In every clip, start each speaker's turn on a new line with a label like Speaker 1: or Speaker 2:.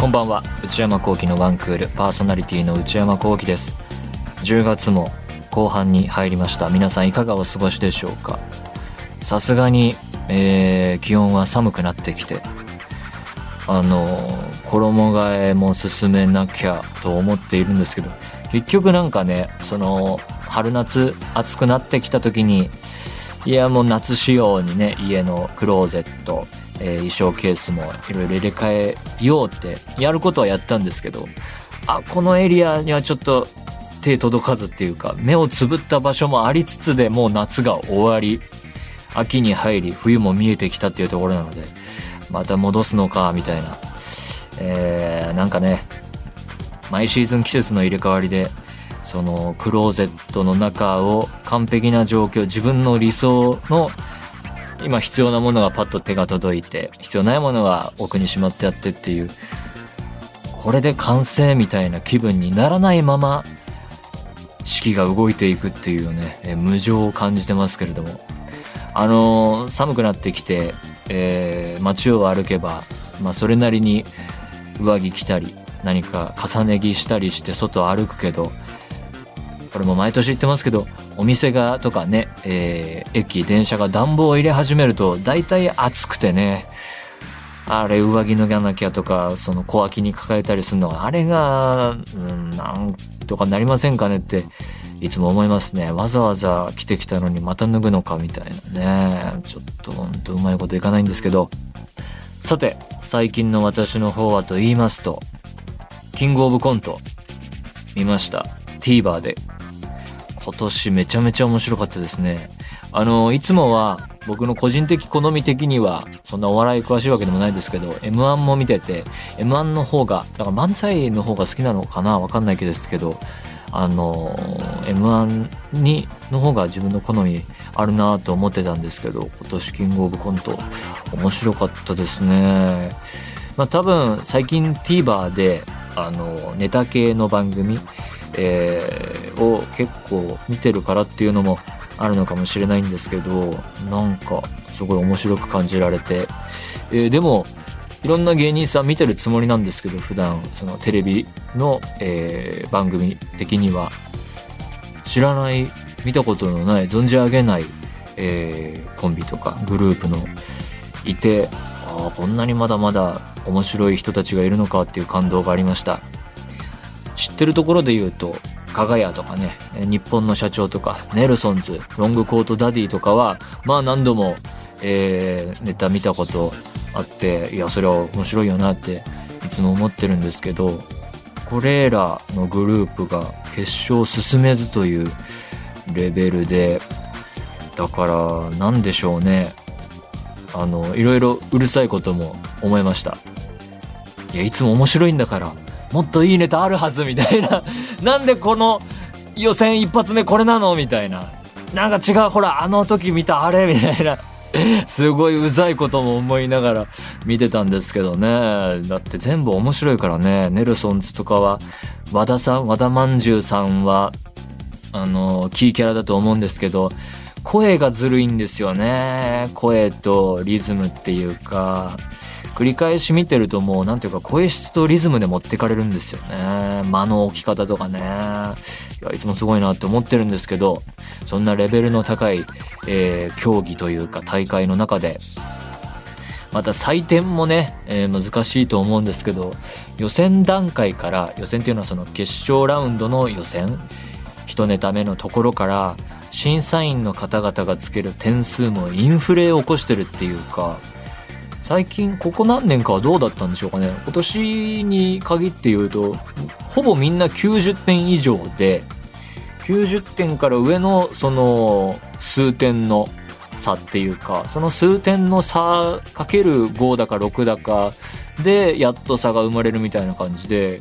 Speaker 1: こんばんは内山幸輝のワンクールパーソナリティの内山幸輝です10月も後半に入りました皆さんいかがお過ごしでしょうかさすがに、えー気温は寒くなってきてあの衣替えも進めなきゃと思っているんですけど結局なんかねその春夏暑くなってきた時にいやもう夏仕様にね家のクローゼット、えー衣装ケースもいろいろ入れ替えようってやることはやったんですけどあこのエリアにはちょっと手届かずっていうか目をつぶった場所もありつつでもう夏が終わり秋に入り冬も見えてきたっていうところなのでまた戻すのかみたいな、えーなんかね毎シーズン季節の入れ替わりでそのクローゼットの中を完璧な状況自分の理想の今必要なものがパッと手が届いて必要ないものは奥にしまってやってっていうこれで完成みたいな気分にならないまま四季が動いていくっていうね、えー無情を感じてますけれどもあのー寒くなってきて、えー街を歩けば、まあ、それなりに上着着たり何か重ね着したりして外歩くけどこれも毎年言ってますけどお店がとかね、えー駅電車が暖房を入れ始めると大体暑くてねあれ上着脱がなきゃとかその小脇に抱えたりするのがあれが、うん、なんとかなりませんかねっていつも思いますねわざわざ着てきたのにまた脱ぐのかみたいなねちょっとほんとうまいこといかないんですけどさて最近の私の方はと言いますとキングオブコント見ました TVer で今年めちゃめちゃ面白かったですねあのいつもは僕の個人的好み的にはそんなお笑い詳しいわけでもないですけど m 1も見てて m 1の方がだから漫才の方が好きなのかなわかんないけどですけどあの m 1にの方が自分の好みあるなと思ってたんですけど今年キングオブコント面白かったですねまあ多分最近 TVer であのネタ系の番組、えーを結構見てるからっていうのもあるのかもしれないんですけどなんかすごい面白く感じられて、えーでもいろんな芸人さん見てるつもりなんですけど普段そのテレビの、えー番組的には知らない見たことのない存じ上げない、えーコンビとかグループのいてあーこんなにまだまだ面白い人たちがいるのかっていう感動がありました知ってるところで言うと加賀屋とかねえ日本の社長とかネルソンズロングコートダディとかはまあ何度も、えーネタ見たことあっていやそれは面白いよなっていつも思ってるんですけどこれらのグループが決勝進めずというレベルでだから何でしょうねあのいろいろうるさいことも思いましたいやいつも面白いんだからもっといいネタあるはずみたいな なんでこの予選一発目これなのみたいななんか違うほらあの時見たあれみたいな すごいうざいことも思いながら見てたんですけどねだって全部面白いからねネルソンズとかは和田さん和田まんじゅうさんはあのキーキャラだと思うんですけど声がずるいんですよね声とリズムっていうか繰り返し見てるともうなんていうか声質とリズムで持ってかれるんですよね間の置き方とかねいやいつもすごいなって思ってるんですけどそんなレベルの高い、えー競技というか大会の中でまた採点もね、えー難しいと思うんですけど予選段階から予選っていうのはその決勝ラウンドの予選一ネタ目のところから審査員の方々がつける点数もインフレを起こしてるっていうか最近ここ何年かはどうだったんでしょうかね今年に限って言うとほぼみんな90点以上で90点から上のその数点の差っていうかその数点の差かける5だか6だかでやっと差が生まれるみたいな感じで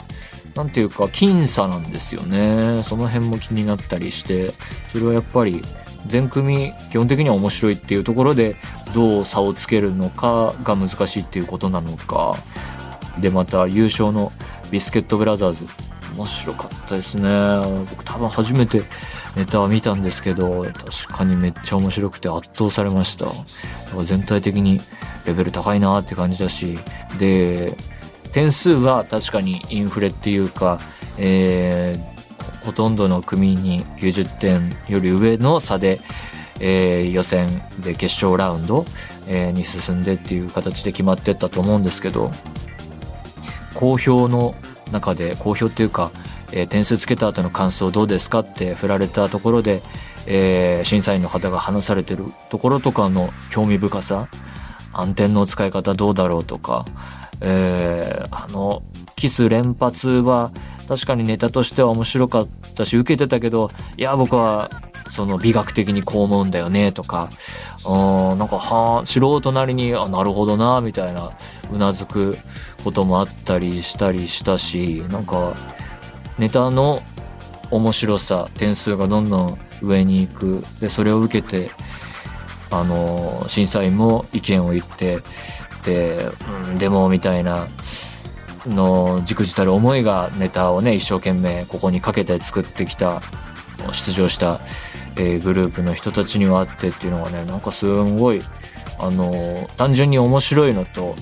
Speaker 1: なんていうか僅差なんですよねその辺も気になったりしてそれはやっぱり全組基本的には面白いっていうところでどう差をつけるのかが難しいっていうことなのかでまた優勝のビスケットブラザーズ面白かったですね僕多分初めてネタは見たんですけど確かにめっちゃ面白くて圧倒されましただから全体的にレベル高いなって感じだしで点数は確かにインフレっていうか、えーほとんどの組に90点より上の差で、えー予選で決勝ラウンド、えーに進んでっていう形で決まってったと思うんですけど好評の中で好評っていうか、えー点数つけた後の感想どうですかって振られたところで、えー審査員の方が話されてるところとかの興味深さ暗転の使い方どうだろうとか、えーあのキス連発は確かにネタとしては面白かったし受けてたけどいや僕はその美学的にこう思うんだよねとかうーんなんかはー素人なりにあなるほどなみたいなうなずくこともあったりしたりしたしなんかネタの面白さ点数がどんどん上に行くでそれを受けてあの審査員も意見を言ってで、うん、でもみたいなのじくじたる思いがネタをね一生懸命ここにかけて作ってきた出場した、えーグループの人たちにはあってっていうのがねなんかすんごいあの単純に面白いのと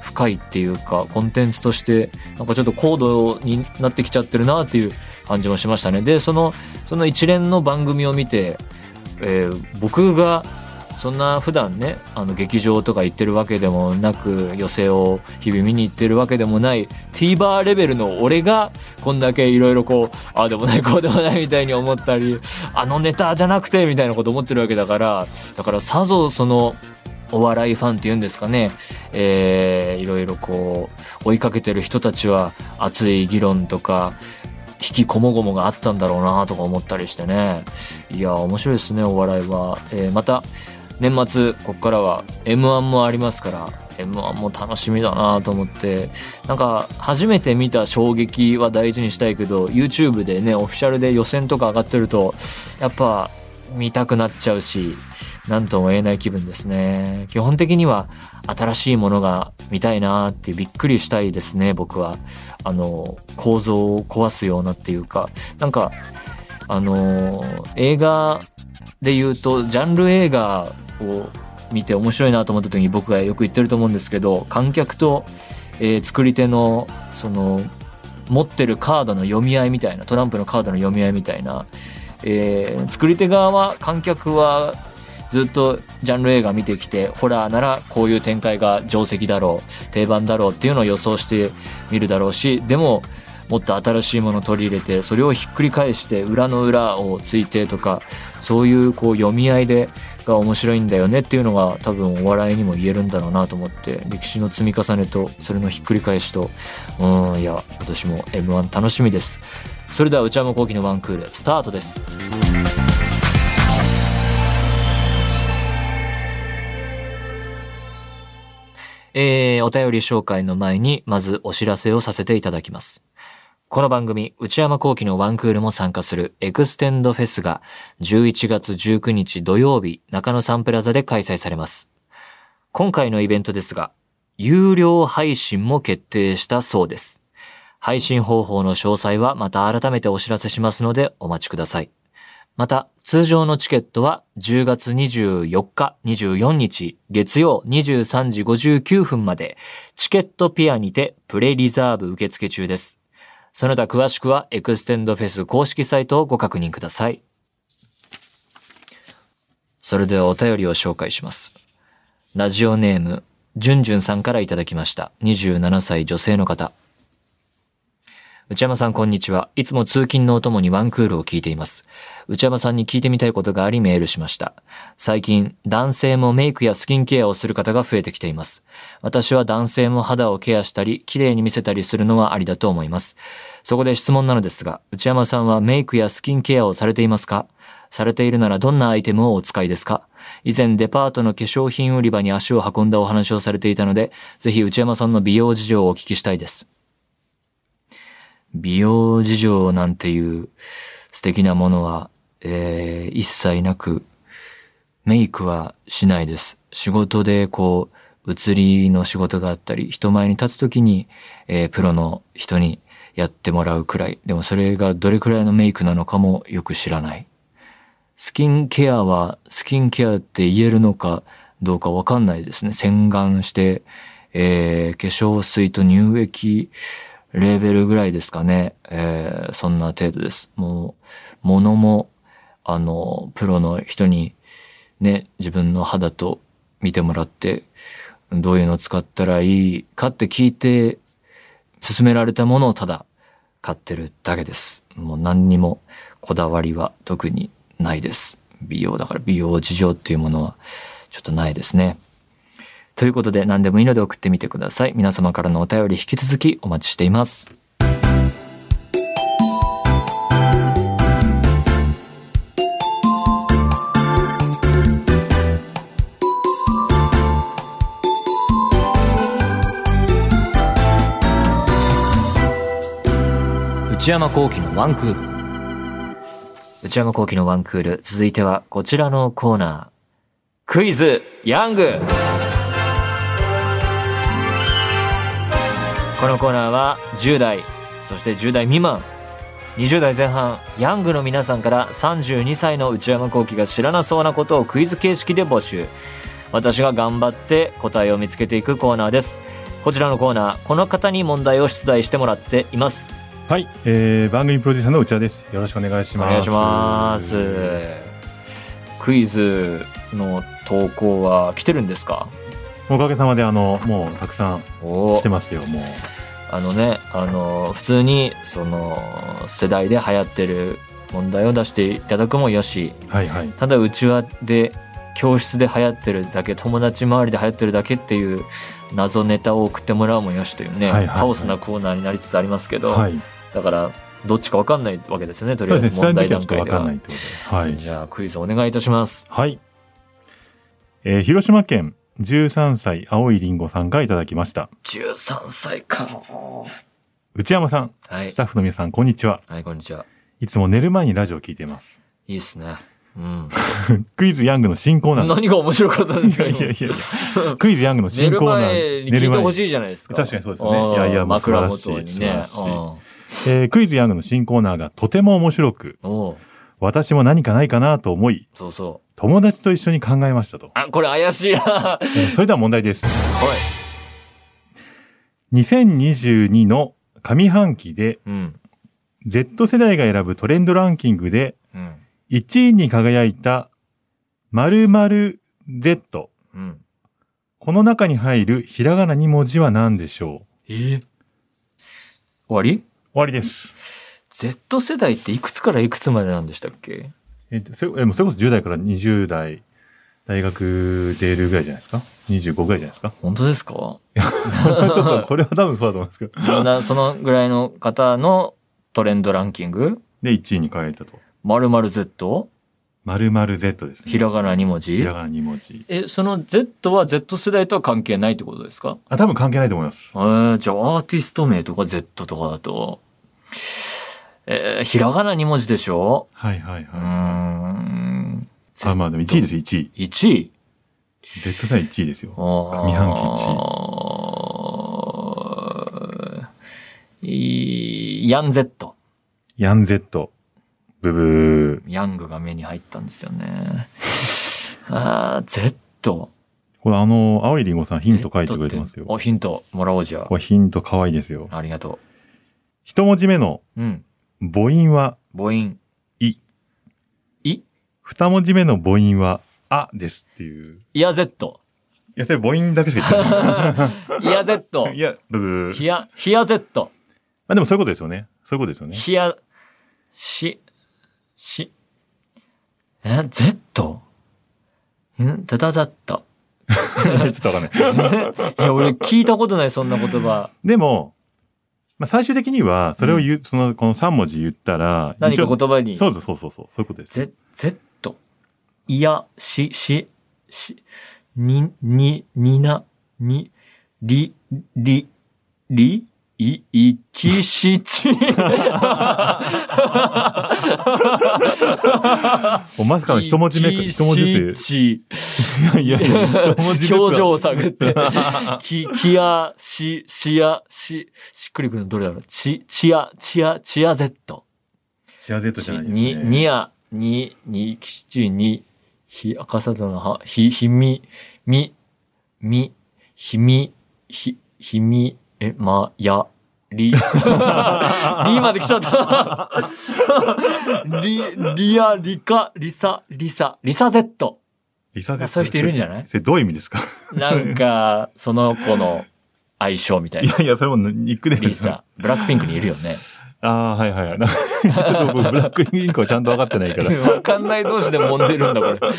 Speaker 1: 深いっていうかコンテンツとしてなんかちょっと高度になってきちゃってるなっていう感じもしましたね。でそのその一連の番組を見て、えー僕がそんな普段ねあの劇場とか行ってるわけでもなく寄席を日々見に行ってるわけでもない TVer レベルの俺がこんだけいろいろこうああでもないこうでもないみたいに思ったりあのネタじゃなくてみたいなこと思ってるわけだからだからさぞそのお笑いファンっていうんですかね、えーいろいろこう追いかけてる人たちは熱い議論とか引きこもごもがあったんだろうなとか思ったりしてねいや面白いですねお笑いは、えーまた年末ここからは m 1もありますから m 1も楽しみだなと思ってなんか初めて見た衝撃は大事にしたいけど YouTube でねオフィシャルで予選とか上がってるとやっぱ見たくなっちゃうし何とも言えない気分ですね基本的には新しいものが見たいなってびっくりしたいですね僕はあの構造を壊すようなっていうかなんかあのー映画で言うとジャンル映画を見て面白いなと思った時に僕がよく言ってると思うんですけど観客と、えー作り手のその持ってるカードの読み合いみたいなトランプのカードの読み合いみたいな、えー作り手側は観客はずっとジャンル映画見てきてホラーならこういう展開が定石だろう定番だろうっていうのを予想してみるだろうしでももっと新しいものを取り入れてそれをひっくり返して裏の裏をついてとかそういうこう読み合いでが面白いんだよねっていうのが多分お笑いにも言えるんだろうなと思って歴史の積み重ねとそれのひっくり返しとうんいや今年も m 1楽しみですそれでは内山聖輝のワンクールスタートですえー、お便り紹介の前に、まずお知らせをさせていただきます。この番組、内山幸輝のワンクールも参加するエクステンドフェスが11月19日土曜日、中野サンプラザで開催されます。今回のイベントですが、有料配信も決定したそうです。配信方法の詳細はまた改めてお知らせしますのでお待ちください。また、通常のチケットは10月24日、24日、月曜23時59分まで、チケットピアにてプレリザーブ受付中です。その他詳しくはエクステンドフェス公式サイトをご確認ください。それではお便りを紹介します。ラジオネーム、じゅんじゅんさんからいただきました。27歳女性の方。内山さんこんにちは。いつも通勤のお供にワンクールを聞いています。内山さんに聞いてみたいことがありメールしました。最近、男性もメイクやスキンケアをする方が増えてきています。私は男性も肌をケアしたり、綺麗に見せたりするのはありだと思います。そこで質問なのですが、内山さんはメイクやスキンケアをされていますかされているならどんなアイテムをお使いですか以前デパートの化粧品売り場に足を運んだお話をされていたので、ぜひ内山さんの美容事情をお聞きしたいです。美容事情なんていう素敵なものは、えー一切なく、メイクはしないです。仕事でこう、移りの仕事があったり、人前に立つときに、えープロの人にやってもらうくらい。でもそれがどれくらいのメイクなのかもよく知らない。スキンケアは、スキンケアって言えるのかどうかわかんないですね。洗顔して、えー化粧水と乳液レーベルぐらいですかね。えーそんな程度です。もう、ものも、あの、プロの人にね、自分の肌と見てもらって、どういうの使ったらいいかって聞いて、勧められたものをただ買ってるだけです。もう何にもこだわりは特にないです。美容だから美容事情っていうものはちょっとないですね。ということで何でもいいので送ってみてください。皆様からのお便り引き続きお待ちしています。内山幸喜のワンクール。内山幸喜のワンクール。続いてはこちらのコーナー。クイズ、ヤングこのコーナーは10代、そして10代未満、20代前半、ヤングの皆さんから32歳の内山幸輝が知らなそうなことをクイズ形式で募集。私が頑張って答えを見つけていくコーナーです。こちらのコーナー、この方に問題を出題してもらっています。
Speaker 2: はい、えー、番組プロデューサーの内田です。よろしくお願いし
Speaker 1: お
Speaker 2: ます。
Speaker 1: 願いします。クイズの投稿は来てるんですか
Speaker 2: おかげさまで、あの、もうたくさん
Speaker 1: お
Speaker 2: 来
Speaker 1: ー
Speaker 2: てますよ、もう。
Speaker 1: あのね、あの、普通に、その、世代で流行ってる問題を出していただくもよし、
Speaker 2: はいはい。
Speaker 1: ただうちわで、教室で流行ってるだけ、友達周りで流行ってるだけっていう謎ネタを送ってもらうもよしというね、
Speaker 2: はいはいはい
Speaker 1: カオスなコーナーになりつつありますけど、
Speaker 2: はい。
Speaker 1: だから、どっちかわかんないわけですよね、とり
Speaker 2: そ
Speaker 1: あ
Speaker 2: う
Speaker 1: え
Speaker 2: です
Speaker 1: ず
Speaker 2: ね、伝え
Speaker 1: 問
Speaker 2: の
Speaker 1: 題段
Speaker 2: 時はちょっと
Speaker 1: 階
Speaker 2: わ
Speaker 1: で
Speaker 2: かん
Speaker 1: は
Speaker 2: ないっ。てことで。はい。
Speaker 1: じゃあ、クイズお願いいたします。
Speaker 2: はい。えー、広島県13歳青いりんごさんからいただきました。
Speaker 1: 13歳か。
Speaker 2: 内山さん、
Speaker 1: はい
Speaker 2: ス。タッフの皆さん、こんにちは。
Speaker 1: はい、こんにちは。
Speaker 2: いつも寝る前にラジオを聞いています。
Speaker 1: いいっすね。うん。
Speaker 2: クイズヤングの新コーナー。
Speaker 1: 何が面白かったんです
Speaker 2: い
Speaker 1: か
Speaker 2: やいやいやいや。クイズヤングの
Speaker 1: 寝
Speaker 2: 新
Speaker 1: る
Speaker 2: コーナー。
Speaker 1: 前に聞いてほしいじゃないですか。
Speaker 2: 確かにそうですね
Speaker 1: うん
Speaker 2: いやいやもう素晴
Speaker 1: 枕
Speaker 2: らしい
Speaker 1: 元にね。
Speaker 2: 素晴らえークイズヤングの新コーナーがとても面白く、
Speaker 1: うんおう
Speaker 2: 私も何かないかなと思い、
Speaker 1: そうそう。
Speaker 2: 友達と一緒に考えましたと。
Speaker 1: あ、これ怪しいな。
Speaker 2: えーそれでは問題です。
Speaker 1: おい。
Speaker 2: 2022の上半期で
Speaker 1: うん。
Speaker 2: Z 世代が選ぶトレンドランキングで
Speaker 1: うん。
Speaker 2: 1位に輝いた〇〇 Z。
Speaker 1: うん。
Speaker 2: この中に入るひらがな2文字は何でしょう
Speaker 1: えー終わり
Speaker 2: 終わりです。
Speaker 1: ?Z 世代っていくつからいくつまでなんでしたっけ
Speaker 2: えっと、それえもうそれこそ10代から20代、大学出るぐらいじゃないですか ?25 ぐらいじゃないですか
Speaker 1: 本当ですか
Speaker 2: ちょっとこれは多分そうだと思うんですけど。
Speaker 1: なそのぐらいの方のトレンドランキング
Speaker 2: で、1位に輝いたと。
Speaker 1: 〇〇 Z?
Speaker 2: 〇〇 Z ですね。
Speaker 1: ひらがな2文字
Speaker 2: ひらがな2文字。
Speaker 1: え、その Z は Z 世代とは関係ないってことですか
Speaker 2: あ、多分関係ないと思います。
Speaker 1: えー、じゃあアーティスト名とか Z とかだと、えー、ひらがな2文字でしょ
Speaker 2: はいはいう
Speaker 1: ー
Speaker 2: は
Speaker 1: ん。
Speaker 2: い。あ、まあでも1位ですよ、1位。
Speaker 1: 1位
Speaker 2: Z さん1位ですよ。
Speaker 1: あー
Speaker 2: 未半期
Speaker 1: いヤン Z。
Speaker 2: ヤン Z。ブブー。
Speaker 1: ヤングが目に入ったんですよね。あー Z。
Speaker 2: これあの、青いりんごさんヒント書いてくれてます
Speaker 1: Z っ
Speaker 2: よ
Speaker 1: て。お、ヒントもらおうじゃ
Speaker 2: これヒント可愛いですよ。
Speaker 1: あ。ありがと
Speaker 2: 一文字目の
Speaker 1: う。うん。
Speaker 2: 母音は
Speaker 1: 母音。
Speaker 2: い。
Speaker 1: い
Speaker 2: 二文字目の母音はあですっていう。
Speaker 1: イヤ Z。
Speaker 2: いや、それ母音だけしか言って
Speaker 1: イヤ Z
Speaker 2: な。い。いや、ブブー。
Speaker 1: ヒヤ、ヒヤ Z。
Speaker 2: まあでもそういうことですよね。 そういうことですよね。
Speaker 1: ヒヤ、し、し、え、Z? んダダダッタ。
Speaker 2: ちょっとわかんない。
Speaker 1: いや、俺聞いたことない、そんな言 葉。
Speaker 2: でも、まあ、最終的には、それを言う、その、この3文字言ったら、
Speaker 1: 何か
Speaker 2: 一応
Speaker 1: 言葉に。
Speaker 2: そうですそうそうそう、そういうことです。
Speaker 1: Z、Z。いや、し、し、し、に、に、にな、に、り、り、り、い、いきしち。
Speaker 2: おまさかの一文字目か、一文字ずつ。
Speaker 1: ち。
Speaker 2: い やいや、一文字ずつは。
Speaker 1: 表情を探って。き、きや、し、しや、し、しっくりくるのどれだろうち、ちや、ちや、ちや Z。
Speaker 2: シアゼットじゃないですね。
Speaker 1: に、にや、に、に、きしち、に、ひ、赤さとのは、ひ、ひみ、み、み、ひみ、ひ、ひみ、え、ま、や、 り。りまで来ちゃった。 り、りアりか、りさ、りさ、りさ Z。
Speaker 2: リサです
Speaker 1: そういう人いるんじゃない
Speaker 2: それどういう意味ですか
Speaker 1: なんか、その子の相性みたい
Speaker 2: い
Speaker 1: な。
Speaker 2: やいや、それもニックネーム
Speaker 1: リサ。ブラックピンクにいるよ ね。
Speaker 2: ああ、はいはいはい。なんかちょっと僕、ブラックインクはちゃんと分かってな いから。
Speaker 1: わかんない同士で揉んでるんだ、こ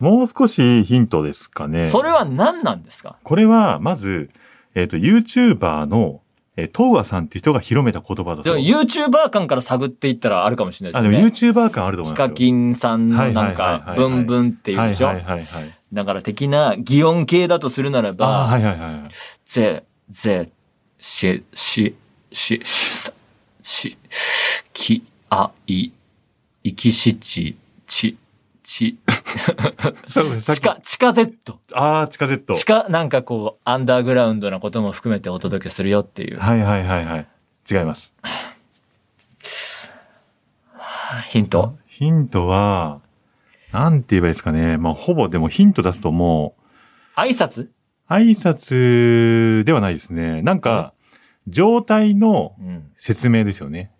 Speaker 2: もう少しヒントですかね。
Speaker 1: れ。それは何なんですか
Speaker 2: これは、まず、えっ、と、YouTuber の、えー、東和さんっていう人が広めた言葉
Speaker 1: で
Speaker 2: だと。
Speaker 1: も YouTuber 感から探っていったらあるかもしれな
Speaker 2: あ、
Speaker 1: い
Speaker 2: で
Speaker 1: で
Speaker 2: も
Speaker 1: すよね。
Speaker 2: YouTuber 感あると思い
Speaker 1: ヒ
Speaker 2: ますよ。
Speaker 1: カキンさんのなん
Speaker 2: はいはいはいはいは
Speaker 1: か
Speaker 2: い、
Speaker 1: ブンブンっていうでしょ
Speaker 2: はいはいはいはい。
Speaker 1: だから的な擬音系だとするなら
Speaker 2: ああー、
Speaker 1: ば、
Speaker 2: はいはいはいはい。
Speaker 1: ぜ、ぜ、し、し、し、し、さし、き、あ、い、いきしち、ち、ち、
Speaker 2: そうさっ
Speaker 1: 地
Speaker 2: き
Speaker 1: 下、地下 Z。
Speaker 2: ああ、地下 Z。
Speaker 1: 地下、なんかこう、アンダーグラウンドなことも含めてお届けするよっていう。
Speaker 2: はいはいはいはい。違います。
Speaker 1: ヒント。
Speaker 2: ヒントは、なんて言えばいいですかね。まあ、ほぼでもヒント出すとも
Speaker 1: 挨拶
Speaker 2: う、挨拶ではないですね。なんか、状態の
Speaker 1: うん。
Speaker 2: 説明ですよね。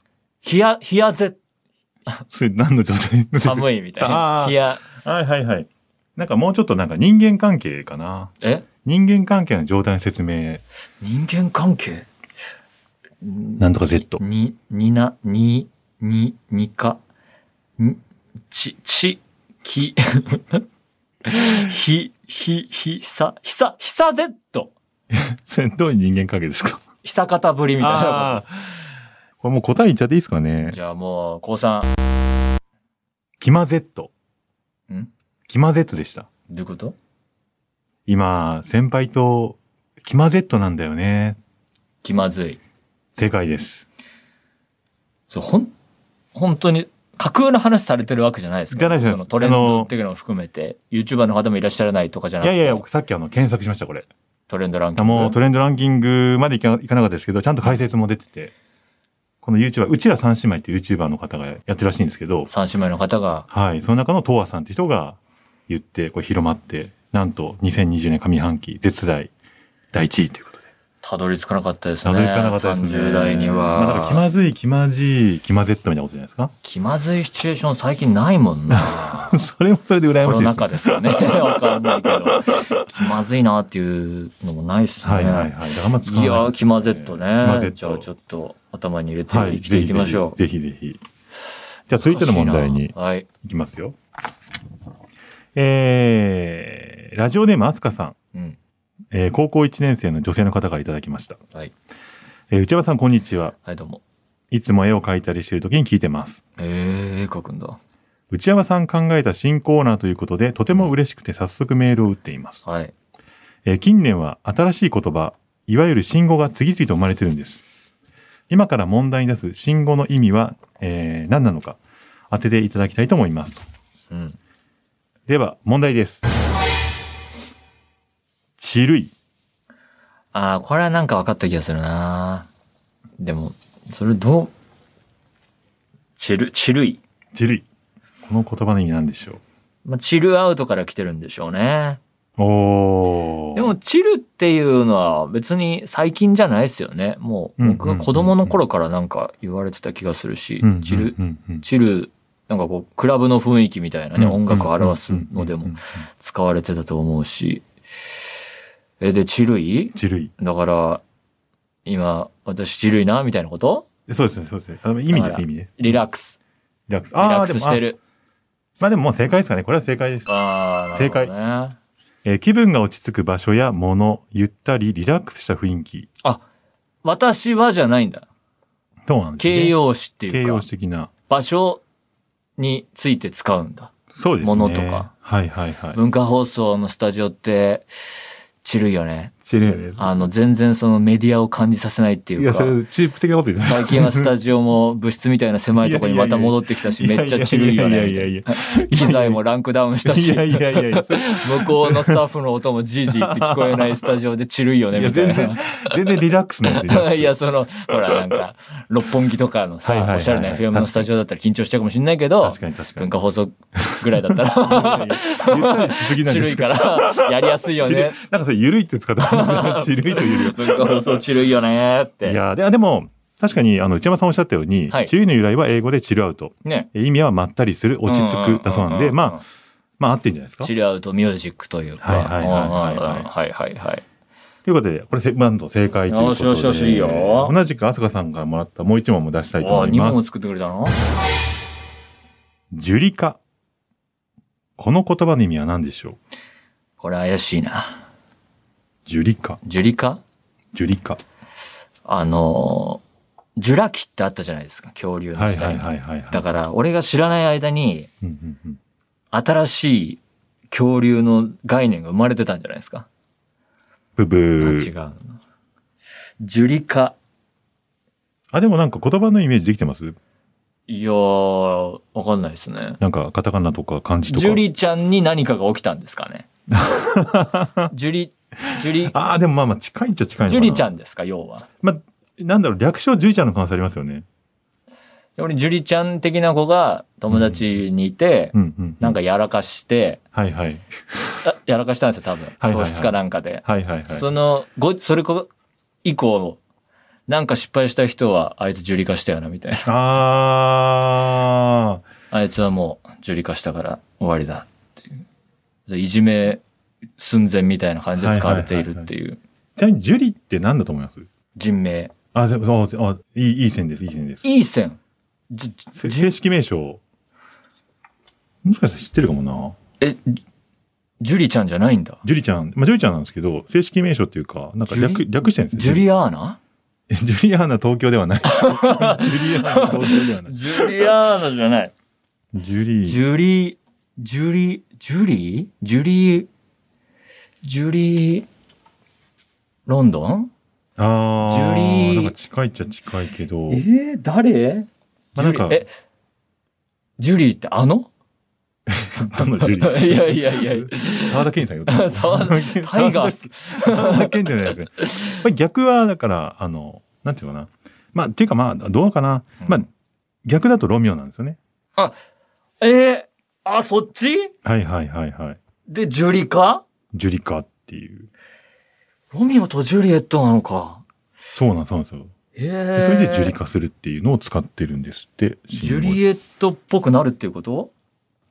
Speaker 1: 冷や、冷やぜ、
Speaker 2: それ何の状態の説明
Speaker 1: 寒いみたいな。
Speaker 2: あー
Speaker 1: 冷や、
Speaker 2: はいはいはい。なんかもうちょっとなんか人間関係かな。
Speaker 1: え
Speaker 2: 人間関係の状態の説明。
Speaker 1: 人間関係
Speaker 2: なんとか Z。
Speaker 1: に、にな、に、に、にか、に、ち、ち、き、 ひ、ひ、ひさ、ひさ、ひさ Z!
Speaker 2: それどういう人間関係ですか
Speaker 1: 久方ぶりみたいな。
Speaker 2: ああー。これもう答え言っちゃっていいですかね
Speaker 1: じゃあもう、高三
Speaker 2: キマ Z。
Speaker 1: ん
Speaker 2: キマ Z でした。
Speaker 1: どういうこと
Speaker 2: 今、先輩と、キマ Z なんだよね。
Speaker 1: 気まずい。
Speaker 2: 正解です。
Speaker 1: そう、ほん、本当に、架空の話されてるわけじゃないですか、
Speaker 2: じゃないです
Speaker 1: そのトレンドっていうのを含めて、YouTuber の方もいらっしゃらないとかじゃないく
Speaker 2: や
Speaker 1: て、
Speaker 2: いやいや、さっきあの、検索しました、これ。
Speaker 1: トレンドランキング。
Speaker 2: もうトレンドランキングまでいかいかなかったですけど、ちゃんと解説も出てて、この YouTuber、うちら三姉妹っていう YouTuber の方がやってるらしいんですけど、
Speaker 1: 三姉妹の方が、
Speaker 2: はい、その中のトワさんって人が言って、これ広まって、なんと2020年上半期、絶大第一位ということで。
Speaker 1: たどり着かなかったですね。
Speaker 2: 謎につかなかったですね。
Speaker 1: 30代には。
Speaker 2: まあ、だから気まずい、気まじい、気まぜっとみたいなことじゃないですか。
Speaker 1: 気まずいシチュエーション最近ないもんな。
Speaker 2: それもそれで羨
Speaker 1: コ
Speaker 2: まし
Speaker 1: ロナ
Speaker 2: いです、ね。
Speaker 1: 禍ですよ ね。わかんないけど。気まずいなっていうのもないっすね。
Speaker 2: はいはいはい。だからあんま使わない
Speaker 1: いやー、気まぜっとね。
Speaker 2: 気まぜっと
Speaker 1: じゃあちょっと頭に入れて
Speaker 2: は
Speaker 1: 生
Speaker 2: い、
Speaker 1: きて
Speaker 2: ぜ
Speaker 1: い
Speaker 2: ひ
Speaker 1: きましょう。
Speaker 2: ぜひぜひ。じゃあ続いての問題に
Speaker 1: はい。
Speaker 2: いきますよ。えー、ラジオネームアスカさん、
Speaker 1: うん。
Speaker 2: えー高校1年生の女性の方からいただきました。
Speaker 1: はい。
Speaker 2: えー内山さんこんにちは。
Speaker 1: はい、どうも。
Speaker 2: いつも絵を描いたりしている時に聞いてます。
Speaker 1: えー、絵描くんだ。
Speaker 2: 内山さん考えた新コーナーということで、とても嬉しくて早速メールを打っています。
Speaker 1: はい。
Speaker 2: えー近年は新しい言葉、いわゆる新語が次々と生まれてるんです。今から問題に出す新語の意味は、えー何なのか当てていただきたいと思いますと。
Speaker 1: うん。
Speaker 2: では、問題です。ちるい。
Speaker 1: ああ、これはなんか分かった気がするな。でも、それどう、チル、チルい。
Speaker 2: ちるい。この言葉の意味なんでしょ
Speaker 1: まあ、チルアウトから来てるんでしょうね。
Speaker 2: う。おー。
Speaker 1: でも、チルっていうのは別に最近じゃないですよね。もう、僕が子供の頃からなんか言われてた気がするし
Speaker 2: うん、、
Speaker 1: チル
Speaker 2: う、んうんうん
Speaker 1: チル、なんかこう、クラブの雰囲気みたいなね、
Speaker 2: うん
Speaker 1: 音楽を表すので
Speaker 2: うんうんうんう
Speaker 1: も
Speaker 2: ん
Speaker 1: 使われてたと思うし。え、で、チルい
Speaker 2: ちるい。
Speaker 1: だから、今、私チルいな、みたいなこと
Speaker 2: そうですね、そうですね。あの意味で
Speaker 1: だ
Speaker 2: す
Speaker 1: から
Speaker 2: ね、意味ね。
Speaker 1: リラックス。
Speaker 2: リラックス。
Speaker 1: リラッ
Speaker 2: ー
Speaker 1: クスして。
Speaker 2: でも
Speaker 1: る。
Speaker 2: あまあでももう正解ですかね。これは正解です。
Speaker 1: ああ、なるほどね。
Speaker 2: えー気分が落ち着く場所やもの、ゆったりリラックスした雰囲気。
Speaker 1: 私はじゃないんだ。
Speaker 2: どうなんですか、ね、
Speaker 1: 形容詞って
Speaker 2: 形
Speaker 1: いう
Speaker 2: 容
Speaker 1: か、
Speaker 2: 詞的な。
Speaker 1: 場所について使うんだ。
Speaker 2: そうですね。
Speaker 1: ものとか。
Speaker 2: はいはいはい。
Speaker 1: 文化放送のスタジオって、チルいよね。
Speaker 2: ちるいよね。
Speaker 1: あの、全然そのメディアを感じさせないって
Speaker 2: い
Speaker 1: いう
Speaker 2: や、
Speaker 1: か
Speaker 2: そ、れ、チープ的なこと言ってない
Speaker 1: 最近はスタジオも部室みたいな狭いところにまた戻ってきたし、
Speaker 2: い
Speaker 1: め
Speaker 2: やいや
Speaker 1: っ
Speaker 2: い
Speaker 1: ち
Speaker 2: や
Speaker 1: ゃチルいよね。
Speaker 2: いやいやいやいや
Speaker 1: みたいな機材もランクダウンしたし
Speaker 2: い、やいやいやいや。
Speaker 1: 向こうのスタッフの音もジージーって聞こえないスタジオでチルいよね、
Speaker 2: いや、
Speaker 1: みたい
Speaker 2: 全然
Speaker 1: な。、
Speaker 2: 全然リラックスなんです よ。
Speaker 1: いや、その、ほら、なんか、六本木とかの
Speaker 2: はいはいはい
Speaker 1: さ、
Speaker 2: はい
Speaker 1: おしゃれな FM のスタジオだったら緊張しちゃうかもしれないけど、
Speaker 2: 確かに確か
Speaker 1: 文
Speaker 2: に。
Speaker 1: 化放送ぐらいだったら、
Speaker 2: いやいやゆったりしすぎなん
Speaker 1: チ
Speaker 2: で
Speaker 1: ル
Speaker 2: す
Speaker 1: いから、やりやすいよ
Speaker 2: チル
Speaker 1: ね
Speaker 2: い。なんかそれれ、ゆるいって使ってます ちるいとゆるい。
Speaker 1: 文化放送ちるいよねーって。
Speaker 2: いやーででも、確かに、あの、内山さんおっしゃったように、
Speaker 1: はい
Speaker 2: チルイの由来は英語でチルアウト。
Speaker 1: ね。
Speaker 2: え意味はまったりする、落ち着くだそうなんで、まあ、
Speaker 1: あ、
Speaker 2: まあ合ってんじゃないですか。と
Speaker 1: チ
Speaker 2: い
Speaker 1: ルアウトミュージックというか。
Speaker 2: はいはいはいはいはい
Speaker 1: うんはいはいはい。
Speaker 2: うことで、これセ、バンド正解ということで。
Speaker 1: よしよしよしいいよ
Speaker 2: 同じく、飛鳥さんからもらったもう一問も出したいと
Speaker 1: お
Speaker 2: 思
Speaker 1: ー
Speaker 2: い
Speaker 1: 二問
Speaker 2: ま
Speaker 1: も
Speaker 2: す。
Speaker 1: 作ってくれたの
Speaker 2: 樹理化。この言葉の意味は何でしょう
Speaker 1: これ怪しいな。
Speaker 2: 樹理化。
Speaker 1: ジュリカ
Speaker 2: 樹理化。
Speaker 1: あのー、ジュラ紀ってあったじゃないですか、恐竜の
Speaker 2: はい
Speaker 1: 時
Speaker 2: はい
Speaker 1: 代。
Speaker 2: はいはい、はい
Speaker 1: だから、俺が知らない間に、
Speaker 2: うんうんうん。
Speaker 1: 新しい恐竜の概念が生まれてたんじゃないですか。
Speaker 2: ブブ
Speaker 1: あ違う
Speaker 2: ー。
Speaker 1: な。ジュリカ。
Speaker 2: あ、でもなんか言葉のイメージできてます
Speaker 1: いやー、わかんないですね。
Speaker 2: なんかカタカナとか漢字とか。
Speaker 1: ジュリちゃんに何かが起きたんですか ね。ジュリ、ジュリ、
Speaker 2: ああ、でもまあまあ近いっちゃ近いのか
Speaker 1: ジ
Speaker 2: な。
Speaker 1: ュリちゃ
Speaker 2: ん。
Speaker 1: んですか、要は。
Speaker 2: まあ、なんだろう、略称ジュリちゃんの可能性ありますよね。
Speaker 1: 俺、ジュリちゃん的な子が友達にいて、
Speaker 2: うんうん。
Speaker 1: なんかやらかして、
Speaker 2: はいはい。
Speaker 1: あやらかしたんですよ、多分。
Speaker 2: はいはいはい
Speaker 1: 教室かなんかで。
Speaker 2: はいはいはい。
Speaker 1: その、ご、それこ以降、なんか失敗した人は、あいつ受理化したよな、みたいな。
Speaker 2: あ
Speaker 1: あいつはもう受理化したから終わりだ、っていう。いじめ寸前みたいな感じで使われているっていう
Speaker 2: ー。ちなみにジュリって何だと思います
Speaker 1: 人名。
Speaker 2: あ、でも、そうあいい、いい線です、いい線です。
Speaker 1: いい線。じ、じ
Speaker 2: せ正式名称。もしかしたら知ってるかもな。
Speaker 1: え、ジュリちゃんじゃないんだ。
Speaker 2: ジュリちゃん、まあ、ジュリちゃんなんですけど、正式名称っていうか、なんか
Speaker 1: ジュ
Speaker 2: 略、
Speaker 1: リ
Speaker 2: 略してるんです
Speaker 1: ジ
Speaker 2: よ。
Speaker 1: ュリアーナ
Speaker 2: えジュリアーナ東京で はない。ジュリアーナ東京ではない。
Speaker 1: ジュリアーナじゃない。
Speaker 2: ジュリ
Speaker 1: ジュリ、ジュリ、ジュリジュリ、ジュリ、ロンドン
Speaker 2: ああ、
Speaker 1: ジュリー
Speaker 2: なんか近いっちゃ近いけど
Speaker 1: え、ー、誰
Speaker 2: まあなん
Speaker 1: ジュ
Speaker 2: か
Speaker 1: リえ、ジュリーってあ の
Speaker 2: あのジュリー。
Speaker 1: いやいやいやい
Speaker 2: 沢田健さんよ。
Speaker 1: や。沢田タイガース。
Speaker 2: 沢田健じゃない ですね。まあ逆は、だから、あの、なんていうのかな。まあ、っていうかまあ、どうかな。まあ、逆だとロミオなんですよね。
Speaker 1: えー、あ、そっち
Speaker 2: はいはいはいはい。
Speaker 1: で、ジュリか
Speaker 2: ジュリカっていう。
Speaker 1: ロミオとジュリエットなのか。
Speaker 2: そうなんそうなんですよ。
Speaker 1: え
Speaker 2: で
Speaker 1: ー、
Speaker 2: それでジュリカするっていうのを使ってるんですって。
Speaker 1: ジュリエットっぽくなるっていうこと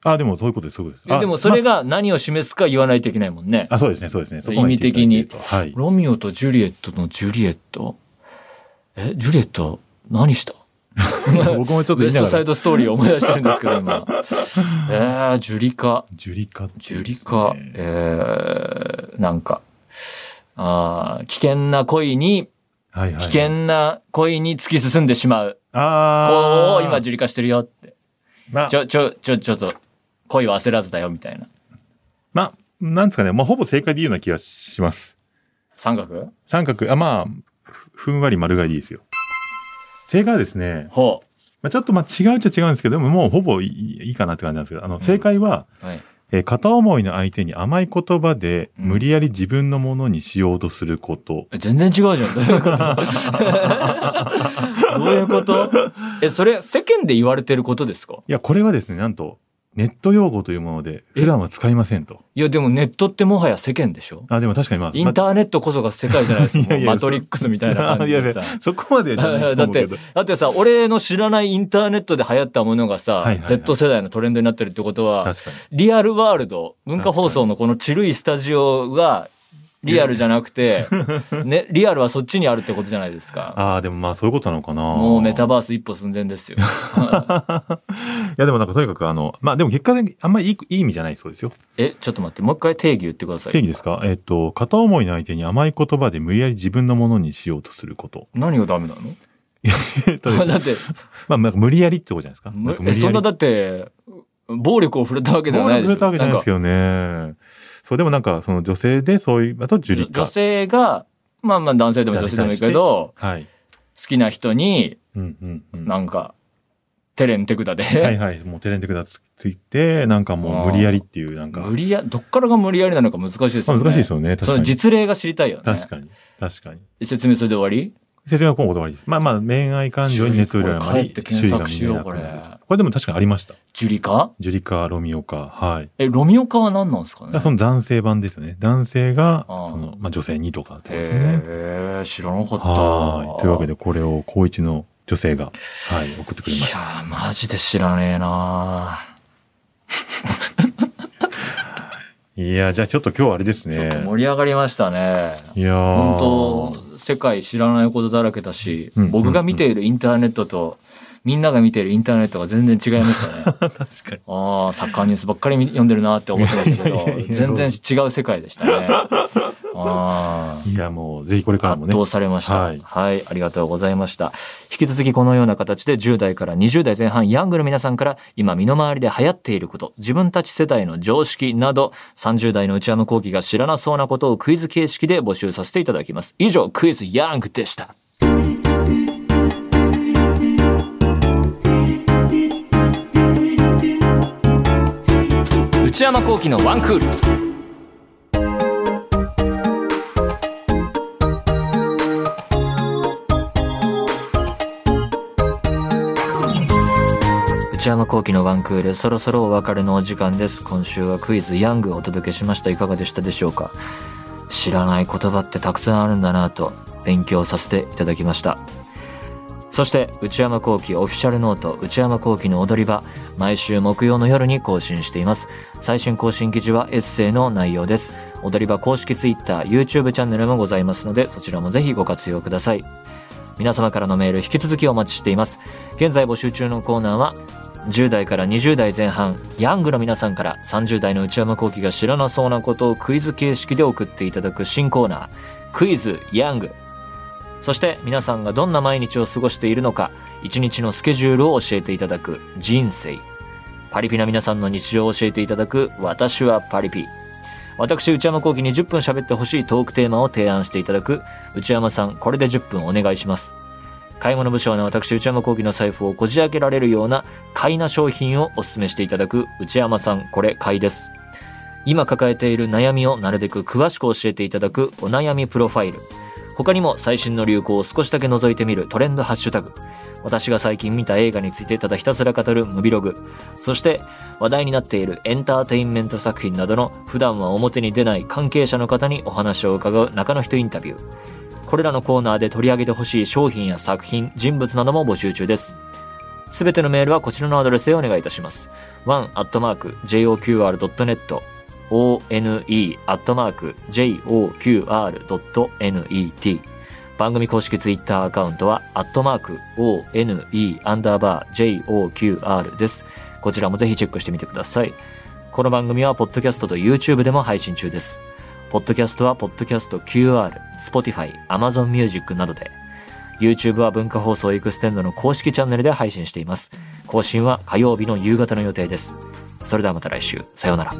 Speaker 2: あ、でもそういうことです、そういうことです。
Speaker 1: え
Speaker 2: あ
Speaker 1: でもそれ
Speaker 2: ま
Speaker 1: が何を示すか言わないといけないもんね。
Speaker 2: あ、そうですね、そうですね。そこ
Speaker 1: 意
Speaker 2: まで
Speaker 1: 味的に
Speaker 2: 言っていただけるとはい。
Speaker 1: ロミオとジュリエットのジュリエットえ、ジュリエット何した
Speaker 2: 僕もちょっと
Speaker 1: ベ
Speaker 2: 言い
Speaker 1: ス
Speaker 2: な
Speaker 1: ト
Speaker 2: が
Speaker 1: サ
Speaker 2: ら
Speaker 1: イ。ドストーリーを思い出してるんですけど、 今。えー、ジュリか。
Speaker 2: ジュリカって
Speaker 1: ジ
Speaker 2: い
Speaker 1: ュ
Speaker 2: うで
Speaker 1: リ
Speaker 2: すね
Speaker 1: か。えー、なんか。あー危険な恋に、
Speaker 2: はいはいはい
Speaker 1: 危険な恋に突き進んでしまう。子
Speaker 2: ああ。
Speaker 1: を今、ジュリ化してるよって。
Speaker 2: まあ
Speaker 1: ち、ょ、ちょ、ちょ、ちょっと、恋は焦らずだよ、みたいな。
Speaker 2: まあ、なんですかね、まあ、ほぼ正解でいいような気がします。
Speaker 1: 三角
Speaker 2: 三角、あ、まあ、ふふんわり丸がいいですよ。正解はですね、
Speaker 1: ほ
Speaker 2: まあ、ちょっとまあ違うっちゃ違うんですけど、でももうほぼいいいいかなって感じなんですけど、あの、正解は、
Speaker 1: う。はい。
Speaker 2: えー片思いの相手に甘い言葉で、
Speaker 1: うん
Speaker 2: 無理やり自分のものにしようとすること。
Speaker 1: 全然違う じゃん。どういうことどういうことえ、それ、世間で言われてることですか
Speaker 2: いや、これはですね、なんと、ネット用語というもので、普段は使いませんと。
Speaker 1: いや、でもネットってもはや世間でしょ
Speaker 2: あ、でも確かにまあ、
Speaker 1: インターネットこそが世界じゃないです
Speaker 2: いや
Speaker 1: か。
Speaker 2: いや
Speaker 1: マトリックスみたいな
Speaker 2: まあ
Speaker 1: 感
Speaker 2: い
Speaker 1: じ
Speaker 2: や
Speaker 1: で
Speaker 2: い
Speaker 1: さ
Speaker 2: や。、そこまでじゃないと思う けど。
Speaker 1: だってさ、俺の知らないインターネットで流行ったものがさ、
Speaker 2: はいはいはい
Speaker 1: Z 世代のトレンドになってるってことは、
Speaker 2: 確かに。
Speaker 1: リアルワールド、文化放送のこのチルいスタジオが、リアルじゃなく て、ね、リアルはそっちにあるってことじゃないですか。
Speaker 2: ああ、でもまあそういうことなのかな。
Speaker 1: もうメタバース一歩寸前 ですよ。
Speaker 2: いやでもなんかとにかくあの、まあでも結果的にあんまりいいいい意味じゃないそうですよ。
Speaker 1: え、ちょっと待って、もう一回定義言ってください。
Speaker 2: 定義ですかえっ、と、片思いの相手に甘い言葉で無理やり自分のものにしようとすること。
Speaker 1: 何がダメなの
Speaker 2: えっと
Speaker 1: だって、
Speaker 2: まあなんか無理やりってことじゃないですか。
Speaker 1: む
Speaker 2: んか無
Speaker 1: え
Speaker 2: 理や
Speaker 1: そん
Speaker 2: り
Speaker 1: なだって、暴力を振るったわけでは
Speaker 2: 暴
Speaker 1: ない
Speaker 2: 力
Speaker 1: でし
Speaker 2: 振
Speaker 1: ょ。
Speaker 2: るっわけじゃないで
Speaker 1: なんか
Speaker 2: すけどね。そう、でもなんかその女性でそういう、あと樹里
Speaker 1: 女
Speaker 2: か。
Speaker 1: 性が、まあまあ男性でも女性でもいいけど、
Speaker 2: はい。
Speaker 1: 好きな人に、
Speaker 2: うんうんうん。
Speaker 1: なんか、手練手管で、
Speaker 2: はいはい。もうテレンテクダつついて、なんかもう無理やりっていう、なん か。
Speaker 1: 無理や、どっからが無理やりなのか難しいです
Speaker 2: ま
Speaker 1: よね。
Speaker 2: あ難しいです
Speaker 1: よ。
Speaker 2: よね。
Speaker 1: そ
Speaker 2: 確か
Speaker 1: の
Speaker 2: に。
Speaker 1: 実例が知りたいよね。
Speaker 2: 確かに。確かに。
Speaker 1: 説明それで終わり
Speaker 2: 説明は今後お断りです。まあまあ、恋愛感情に熱を入れるあま
Speaker 1: これ
Speaker 2: り
Speaker 1: 帰って検索しよう
Speaker 2: 周囲が見えなくなる
Speaker 1: これ
Speaker 2: これでも確かにありました。
Speaker 1: ジュリカ
Speaker 2: ジュリカ、ロミオか、はい。
Speaker 1: え、ロミオカは何なんですか
Speaker 2: だ
Speaker 1: ね
Speaker 2: からその男性版ですよね。男性が、
Speaker 1: あー
Speaker 2: その、まあ女性にとかってことですね。
Speaker 1: へえ、知らなかった。
Speaker 2: はい。というわけで、これを高一の女性が、はい、送ってくれ
Speaker 1: い
Speaker 2: ま
Speaker 1: や
Speaker 2: した。
Speaker 1: ー、マジで知らねえない
Speaker 2: や、じゃあちょっと今日はあれです
Speaker 1: ー、ちょ
Speaker 2: ね
Speaker 1: っ。と盛り上がりましたね。
Speaker 2: いやー
Speaker 1: 本当世界知らないことだらけだし、
Speaker 2: うん
Speaker 1: 僕が見ているインターネットと、みんなが見ているインターネットが全然違いましたね。
Speaker 2: 確かに。
Speaker 1: ああ、サッカーニュースばっかり読んでるなって思ってましたけ
Speaker 2: いやいやいやい
Speaker 1: ど、
Speaker 2: や
Speaker 1: 全然違う世界でしたね。あー
Speaker 2: いや、もう、ぜひこれからも
Speaker 1: 圧
Speaker 2: ね。
Speaker 1: 倒されました、は。
Speaker 2: はいい
Speaker 1: ありがとうございました。引き続きこのような形で10代から20代前半、ヤングの皆さんから今身の回りで流行っていること、自分たち世代の常識など、30代の内山幸輝が知らなそうなことをクイズ形式で募集させていただきます。以上、クイズヤングでした。内山幸輝のワンクール。内山幸喜のワンクールそろそろお別れのお時間です今週はクイズヤングをお届けしましたいかがでしたでしょうか知らない言葉ってたくさんあるんだなと勉強させていただきましたそして内山幸喜オフィシャルノート内山幸喜の踊り場毎週木曜の夜に更新しています最新更新記事はエッセイの内容です踊り場公式 TwitterYouTube チャンネルもございますのでそちらもぜひご活用ください皆様からのメール引き続きお待ちしています現在募集中のコーナーは10代から20代前半ヤングの皆さんから30代の内山幸輝が知らなそうなことをクイズ形式で送っていただく新コーナー「クイズヤング」そして皆さんがどんな毎日を過ごしているのか一日のスケジュールを教えていただく「人生」パリピな皆さんの日常を教えていただく「私はパリピ」私内山幸輝に10分喋ってほしいトークテーマを提案していただく内山さんこれで10分お願いします買い物不詳な私内山幸輝の財布をこじ開けられるような買いな商品をお勧めしていただく内山さんこれ買いです今抱えている悩みをなるべく詳しく教えていただくお悩みプロファイル他にも最新の流行を少しだけ覗いてみるトレンドハッシュタグ私が最近見た映画についてただひたすら語るムビログそして話題になっているエンターテインメント作品などの普段は表に出ない関係者の方にお話を伺う中の人インタビューこれらのコーナーで取り上げてほしい商品や作品、人物なども募集中です。すべてのメールはこちらのアドレスへお願いいたします。one.joqr.net one.joqr.net 番組公式ツイッターアカウントは、アットマーク、one, アンダーバー、joqr です。こちらもぜひチェックしてみてください。この番組は、ポッドキャストと YouTube でも配信中です。ポッドキャストは、ポッドキャスト QR、Spotify、Amazon Music などで、YouTube は文化放送エクステンドの公式チャンネルで配信しています。更新は火曜日の夕方の予定です。それではまた来週。さようなら。